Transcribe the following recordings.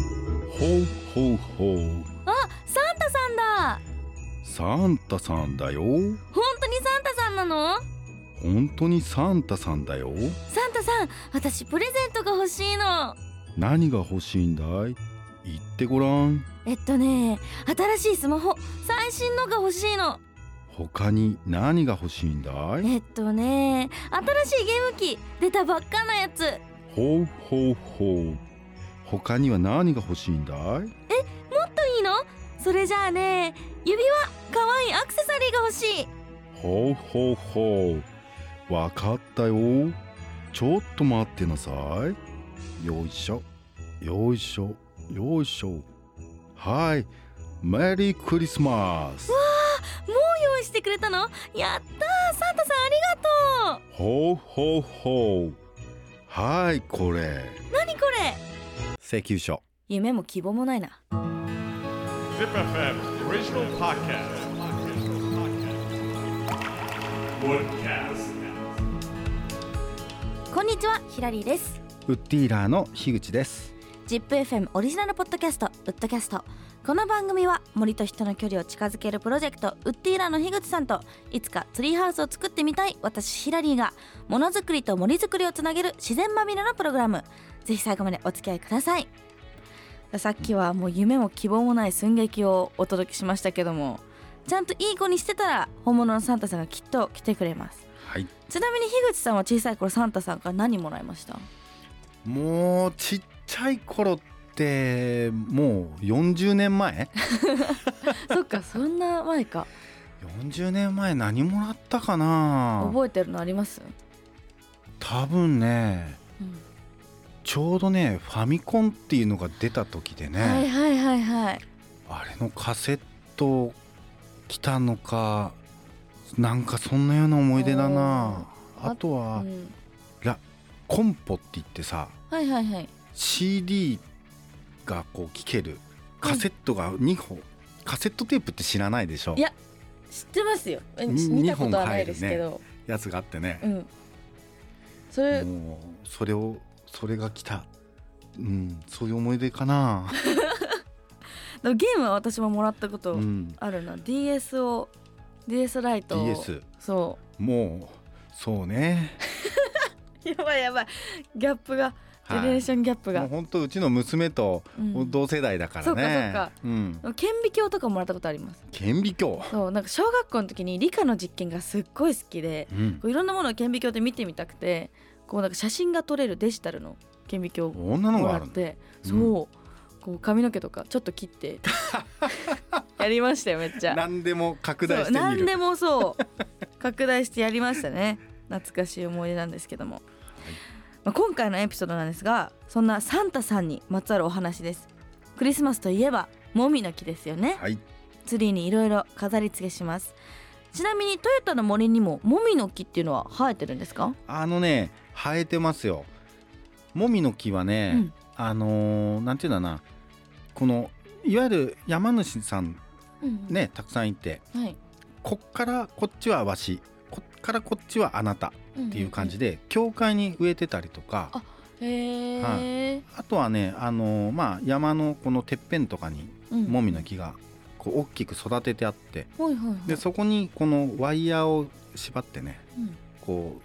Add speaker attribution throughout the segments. Speaker 1: ほうほうほう
Speaker 2: あサンタさんだ
Speaker 1: サンタさんだよ
Speaker 2: 本当にサンタさんなの
Speaker 1: 本当にサンタさんだよ
Speaker 2: サンタさん私プレゼントが欲しいの
Speaker 1: 何が欲しいんだい言ってごらん
Speaker 2: えっとね新しいスマホ最新のが欲しいの
Speaker 1: 他に何が欲しいんだい
Speaker 2: えっとね新しいゲーム機出たばっかなやつ
Speaker 1: ほうほうほう他には何が欲しいんだい
Speaker 2: もっといいのそれじゃあね指輪可愛いアクセサリーが欲しい
Speaker 1: ほうほうほうわかったよちょっと待ってなさいよいしょよいしょよいしょはいメリークリスマス
Speaker 2: もう用意してくれたのやったーサンタさんありがと
Speaker 1: ほうほうほうはいこれ
Speaker 2: う何これ
Speaker 1: 請求書
Speaker 2: 夢も希望もないな
Speaker 3: Zip FM original podcast. Woodcast.
Speaker 2: こんにちはヒラリーです
Speaker 1: ウッディーラーの樋口です
Speaker 2: ZIPFM オリジナルポッドキャストウッドキャストこの番組は森と人の距離を近づけるプロジェクトウッディーラーの樋口さんといつかツリーハウスを作ってみたい私ヒラリーがものづくりと森づくりをつなげる自然まみれのプログラムぜひ最後までお付き合いくださいさっきはもう夢も希望もない寸劇をお届けしましたけどもちゃんといい子にしてたら本物のサンタさんがきっと来てくれます
Speaker 1: はい
Speaker 2: ちなみに樋口さんは小さい頃サンタさんから何もらいました
Speaker 1: もうちっちゃい頃ってもう40年前
Speaker 2: そっかそんな前か
Speaker 1: 40年前何もらったかな
Speaker 2: 覚えてるのあります、
Speaker 1: 多分ねちょうどねファミコンっていうのが出た時でね、
Speaker 2: はいはいはいはい
Speaker 1: あれのカセット来たのかなんかそんなような思い出だな
Speaker 2: おー
Speaker 1: あとは、
Speaker 2: うん
Speaker 1: コンポって言ってさ
Speaker 2: はいはいはい
Speaker 1: CD がこう聴けるカセットが2本、カセットテープって知らないでしょ
Speaker 2: いや知ってますよえ
Speaker 1: に
Speaker 2: 見たことはないですけど、
Speaker 1: やつがあってね、
Speaker 2: うんそれ
Speaker 1: もうそれをそれが来たうんそういう思い出かな、
Speaker 2: でもゲームは私ももらったこ
Speaker 1: う
Speaker 2: と
Speaker 1: ん、
Speaker 2: あるな、DS を DS ライトを
Speaker 1: DS
Speaker 2: そ
Speaker 1: もうそうね
Speaker 2: うやばいやばいギャップが ジェネレーションギャップが、
Speaker 1: もう本当うちの娘と
Speaker 2: うん
Speaker 1: 同世代だからね、
Speaker 2: そうかそうか
Speaker 1: うん
Speaker 2: 顕微鏡とかもらったことあります
Speaker 1: 顕微鏡
Speaker 2: そうなんか小学校の時に理科の実験がすっごい好きで
Speaker 1: うん
Speaker 2: こういろんなものを顕微鏡で見てみたくてこうなんか写真が撮れるデジタルの顕微鏡を
Speaker 1: こんなの
Speaker 2: も
Speaker 1: があ
Speaker 2: ら
Speaker 1: る
Speaker 2: っ
Speaker 1: んだ
Speaker 2: て、
Speaker 1: うん
Speaker 2: そうこう髪の毛とかちょっと切って やりましたよめっちゃ。
Speaker 1: 何でも拡大
Speaker 2: そう
Speaker 1: してみ
Speaker 2: 何
Speaker 1: る
Speaker 2: でもそう拡大してやりましたね懐かしい思い出なんですけども、まあ、今回のエピソードなんですがそんなサンタさんにまつわるお話ですクリスマスといえばもみの木ですよね、
Speaker 1: はい
Speaker 2: ツリーにいろいろ飾り付けしますちなみにトヨタの森にももみの木っていうのは生えてるんですか、
Speaker 1: あのね生えてますよもみの木はね、
Speaker 2: うん
Speaker 1: あのーなんていうんだなこのいわゆる山主さんねたくさんいて
Speaker 2: はい、
Speaker 1: こっからこっちはわしこっからこっちはあなたっていう感じ
Speaker 2: で
Speaker 1: で教会に植えてたりとか
Speaker 2: あへえ、
Speaker 1: あとはねあのーまあ山のこのてっぺんとかに
Speaker 2: うん
Speaker 1: もみの木がこう大きく育ててあって
Speaker 2: はいはいはい
Speaker 1: でそこにこのワイヤーを縛ってね
Speaker 2: うん
Speaker 1: こう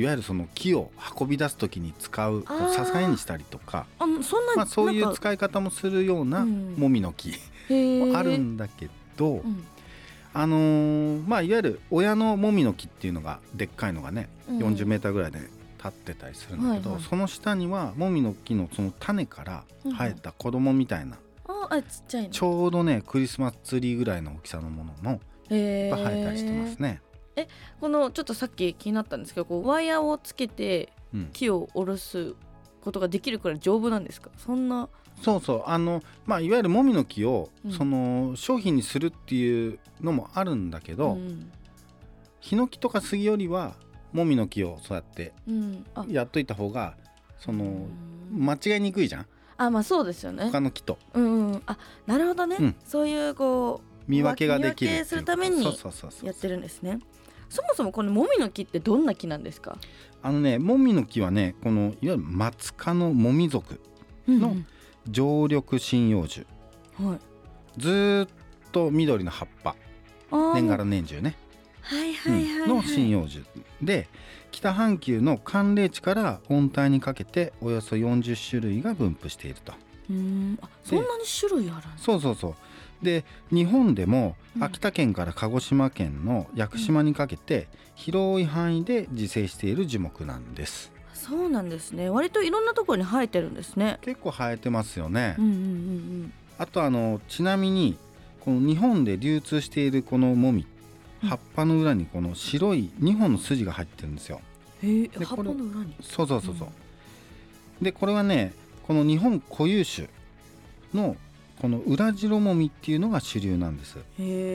Speaker 1: いわゆるその木を運び出す時に使うこう
Speaker 2: あ
Speaker 1: 支
Speaker 2: ー
Speaker 1: えにしたりとか
Speaker 2: あのそんな、
Speaker 1: まあ、そうい
Speaker 2: な
Speaker 1: うん
Speaker 2: か
Speaker 1: 使い方もするような
Speaker 2: うん
Speaker 1: もみの木
Speaker 2: へえ
Speaker 1: もあるんだけど、
Speaker 2: うん
Speaker 1: あのーまあ、いわゆる親のもみの木っていうのがでっかいのがね
Speaker 2: うん
Speaker 1: 4 0ーぐらいで立ってたりするんだけど、
Speaker 2: はいはい
Speaker 1: その下にはもみの木のその種から生えた子供みたいな、
Speaker 2: ああちっちゃいの
Speaker 1: ちょうどねクリスマスツリーぐらいの大きさのものの
Speaker 2: へえ
Speaker 1: が生えたりしてますね。
Speaker 2: このちょっとさっき気になったんですけどこうワイヤーをつけて
Speaker 1: うん、
Speaker 2: 木を下ろすことができるくらい丈夫なんですかそんな
Speaker 1: そうそうあのまあいわゆるもみの木を、
Speaker 2: うん
Speaker 1: その商品にするっていうのもあるんだけど、
Speaker 2: ん
Speaker 1: ヒノキとか杉よりはもみの木をそうやって
Speaker 2: うん、あ
Speaker 1: やっといた方がその、
Speaker 2: うん
Speaker 1: 間違えにくいじゃん
Speaker 2: あまあそうですよね
Speaker 1: 他の木と
Speaker 2: うんうんあなるほどね、
Speaker 1: うん
Speaker 2: そういうこ
Speaker 1: 見分けができるっていう
Speaker 2: 見分けするために
Speaker 1: そうそうそうそう
Speaker 2: うやってるんですねそもそもこのもみの木ってどんな木なんですか
Speaker 1: あのねもみの木はねこのいわゆるマツ科のもみ属の常緑針葉樹
Speaker 2: はい
Speaker 1: ずーっと緑の葉っぱ
Speaker 2: あー
Speaker 1: 年がら年中ね、
Speaker 2: はいは
Speaker 1: う
Speaker 2: い
Speaker 1: ん
Speaker 2: はい、はい
Speaker 1: の針葉樹で北半球の寒冷地から温帯にかけておよそ40種類が分布していると
Speaker 2: うーんあそんなに種類あるんです
Speaker 1: そうそうそうで日本でも
Speaker 2: うん
Speaker 1: 秋田県から鹿児島県の屋久島にかけて広い範囲で自生している樹木なんです
Speaker 2: そうなんですね割といろんなところに生えてるんですね
Speaker 1: 結構生えてますよね、
Speaker 2: うんうんうん
Speaker 1: あとあのちなみにこの日本で流通しているこのもみ
Speaker 2: うん
Speaker 1: 葉っぱの裏にこの白い2本の筋が入ってるんですよ
Speaker 2: うんへえ
Speaker 1: で
Speaker 2: 葉っ
Speaker 1: こ
Speaker 2: ぱ
Speaker 1: れ
Speaker 2: の裏に
Speaker 1: そうそうそうそう、でこれはねこの日本固有種のこの裏白もみっていうのが主流なんです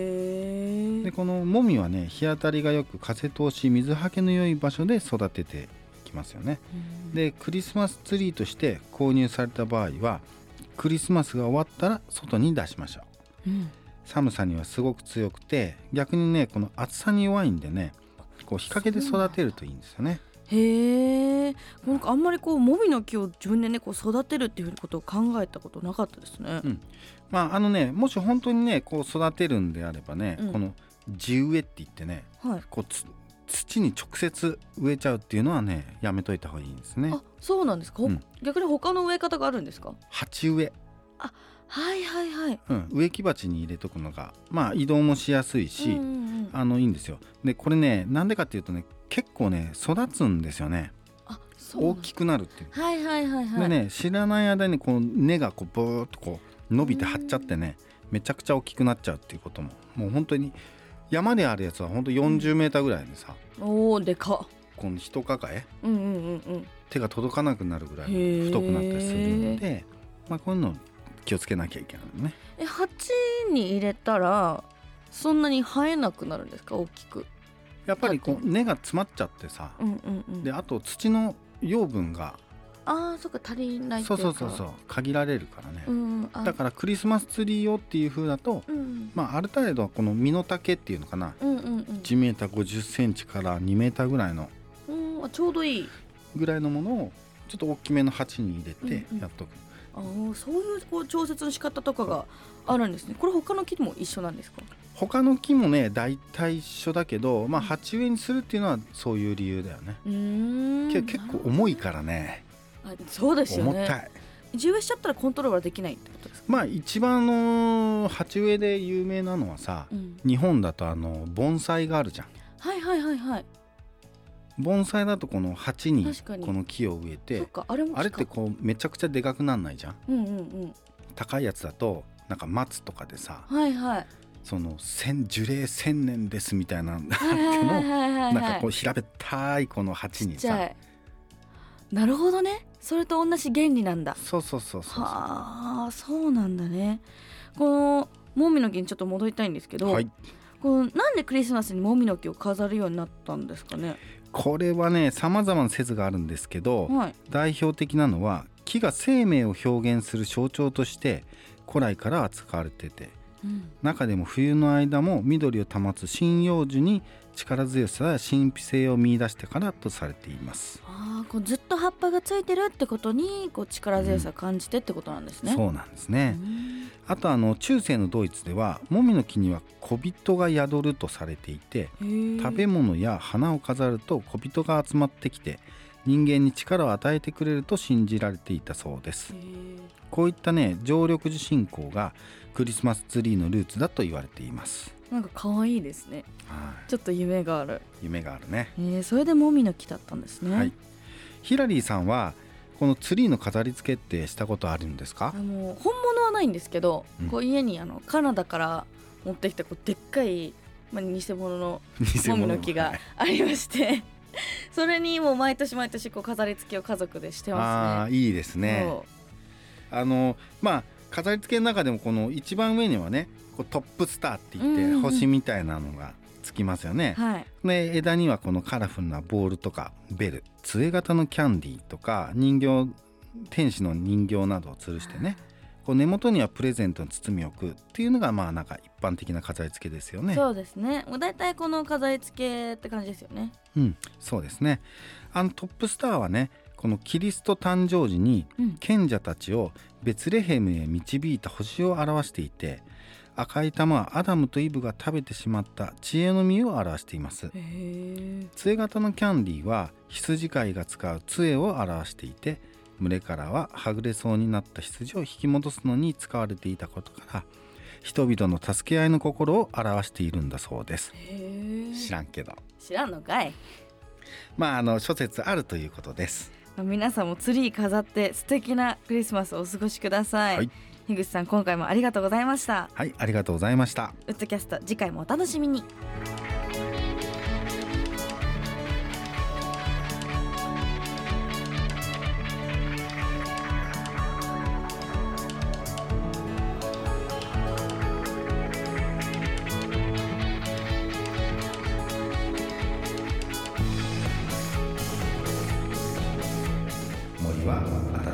Speaker 2: へ
Speaker 1: で
Speaker 2: え
Speaker 1: このもみはね日当たりがよく風通し水はけの良い場所で育ててきますよねでクリスマスツリーとして購入された場合はクリスマスが終わったら外に出しましょう
Speaker 2: うん
Speaker 1: 寒さにはすごく強くて逆にねこの暑さに弱いんでねこう日陰で育てるといいんですよね
Speaker 2: へえなんかあんまりこうもみの木を自分でねこう育てるっていうことを考えたことなかったですね
Speaker 1: うんまああのねもし本当にねこう育てるんであればね、
Speaker 2: うん
Speaker 1: この地植えって言ってね
Speaker 2: はい
Speaker 1: こうつ土に直接植えちゃうっていうのはねやめといた方がいいんですね
Speaker 2: あそうなんですか、ほ
Speaker 1: うん
Speaker 2: 逆に他の植え方があるんですか
Speaker 1: 鉢植え、
Speaker 2: はいはいはい
Speaker 1: うん、植木鉢に入れとくのがまあ移動もしやすいし、
Speaker 2: うんうんうん
Speaker 1: あのいいんですよでこれねなんでかっていうとね結構ね育つんですよね
Speaker 2: あそうなん
Speaker 1: 大きくなるっていう
Speaker 2: はいはいはいは
Speaker 1: で
Speaker 2: い
Speaker 1: ね知らない間にこう根がこうブーッとこう伸びて張っちゃってねめちゃくちゃ大きくなっちゃうっていうことももう本当に山であるやつは本当40メーターぐらいにさ、
Speaker 2: おおでかっ
Speaker 1: この人抱え
Speaker 2: うんうんうん
Speaker 1: 手が届かなくなるぐらい
Speaker 2: へー
Speaker 1: 太くなったりするんで、まあ、こういうの気をつけなきゃいけないのね。
Speaker 2: え鉢に入れたらそんなに生えなくなるんですか大きく
Speaker 1: やっぱりこう根が詰まっちゃってさ、
Speaker 2: うんうんうん
Speaker 1: であと土の養分が
Speaker 2: あーそっか足りないって
Speaker 1: そ
Speaker 2: いううか
Speaker 1: そうそうそう限られるからね、
Speaker 2: うんあ
Speaker 1: だからクリスマスツリー用っていう風だと、
Speaker 2: うん
Speaker 1: まあ、ある程度はこの身の丈っていうのかな
Speaker 2: うんうんうん
Speaker 1: 1メーター50センチから2メーターぐらいの
Speaker 2: うんあちょうどいい
Speaker 1: ぐらいのものをちょっと大きめの鉢に入れて
Speaker 2: うんうん
Speaker 1: やっとく、
Speaker 2: あーそういうこう調節の仕方とかがあるんですねこれ他の木も一緒なんですか
Speaker 1: 他の木もね大体一緒だけど、まあ、鉢植えにするっていうのはそういう理由だよね、
Speaker 2: うーん
Speaker 1: け結構重いからね
Speaker 2: あそうですよね
Speaker 1: 重たい
Speaker 2: 重要しちゃったらコントロールはできないってことですか、
Speaker 1: まあ一番あの鉢植えで有名なのはさ、
Speaker 2: うん、
Speaker 1: 日本だとあの盆栽があるじゃん
Speaker 2: はいはいはいはい
Speaker 1: 盆栽だとこの鉢に
Speaker 2: 確かに
Speaker 1: この木を植え
Speaker 2: そってかあれも木か
Speaker 1: あれってこうめちゃくちゃでかくなんないじゃん
Speaker 2: うんうんうん
Speaker 1: 高いやつだとなんか松とかでさ、
Speaker 2: はいはい
Speaker 1: その千樹齢千年ですみたいな
Speaker 2: はいはいはいはいはい
Speaker 1: なんかこう平べったいこの鉢
Speaker 2: ちっ
Speaker 1: に
Speaker 2: ちゃ
Speaker 1: さ
Speaker 2: いなるほどねそれと同じ原理なんだ
Speaker 1: そうそうそうそうそ
Speaker 2: はあそうなんだねこのモミの木にちょっと戻りたいんですけ
Speaker 1: う
Speaker 2: ど、
Speaker 1: はい
Speaker 2: このなんでクリスマスにモミの木を飾るようになったんですかね
Speaker 1: これはねさまざまな説があるんですけど、
Speaker 2: はい
Speaker 1: 代表的なのは木が生命を表現する象徴として古来から扱われてて
Speaker 2: うん
Speaker 1: 中でも冬の間も緑を保つ針葉樹に力強さや神秘性を見出してからとされています。
Speaker 2: ああこうずっと葉っぱがついてるってことにこう力強さ感じてってことなんですね、
Speaker 1: そうなんですね、
Speaker 2: うん
Speaker 1: あとあの中世のドイツではモミの木には小人が宿るとされていて
Speaker 2: へえ
Speaker 1: 食べ物や花を飾ると小人が集まってきて人間に力を与えてくれると信じられていたそうです
Speaker 2: へえ
Speaker 1: こういったね常緑樹信仰がクリスマスツリーのルーツだと言われています
Speaker 2: なんか可愛いですね
Speaker 1: は
Speaker 2: ちょっと夢がある
Speaker 1: い夢があるね
Speaker 2: えー、それでモミの木だったんですね、
Speaker 1: はいヒラリーさんはこのツリーの飾り付けってしたことあるんですか
Speaker 2: あの本物はないんですけど、
Speaker 1: うん
Speaker 2: こう家にあのカナダから持ってきたこうでっかい、まあ、偽物の
Speaker 1: 偽
Speaker 2: モミ
Speaker 1: 物
Speaker 2: の木が
Speaker 1: はい
Speaker 2: ありまして、 それにもう毎年毎年こう飾り付けを家族でして
Speaker 1: あ
Speaker 2: ま
Speaker 1: あいいです
Speaker 2: すね。
Speaker 1: ね
Speaker 2: そ
Speaker 1: あのまあ飾り付けの中でもこの一番上にはねこうトップスターって言って、
Speaker 2: うんうんうん
Speaker 1: 星みたいなのがつきますよね
Speaker 2: う。はい。
Speaker 1: で枝にはこのカラフルなボールとかベル杖型のキャンディーとか人形天使の人形などを吊るしてねこう根元にはプレゼントの包みを置くっていうのがまあなんか一般的な飾り付けですよね。
Speaker 2: そうですね。もう大体この飾り付けって感じですよね。
Speaker 1: うん、そうですねあのトップスターはねこのキリスト誕生時に
Speaker 2: うん
Speaker 1: 賢者たちをベツレヘムへ導いた星を表していて赤い玉はアダムとイブが食べてしまった知恵の実を表しています
Speaker 2: へえ
Speaker 1: 杖型のキャンディーは羊飼いが使う杖を表していて群れからははぐれそうになった羊を引き戻すのに使われていたことから人々の助け合いの心を表しているんだそうです
Speaker 2: へえ
Speaker 1: 知らんけど
Speaker 2: 知らんのかい、
Speaker 1: まああの諸説あるということです
Speaker 2: まあ、皆さんもツリー飾って素敵なクリスマスをお過ごしください、
Speaker 1: はい
Speaker 2: 樋口さん今回もありがとうございました
Speaker 1: はいありがとうございました
Speaker 2: ウッドキャスト次回もお楽しみに
Speaker 1: 森は新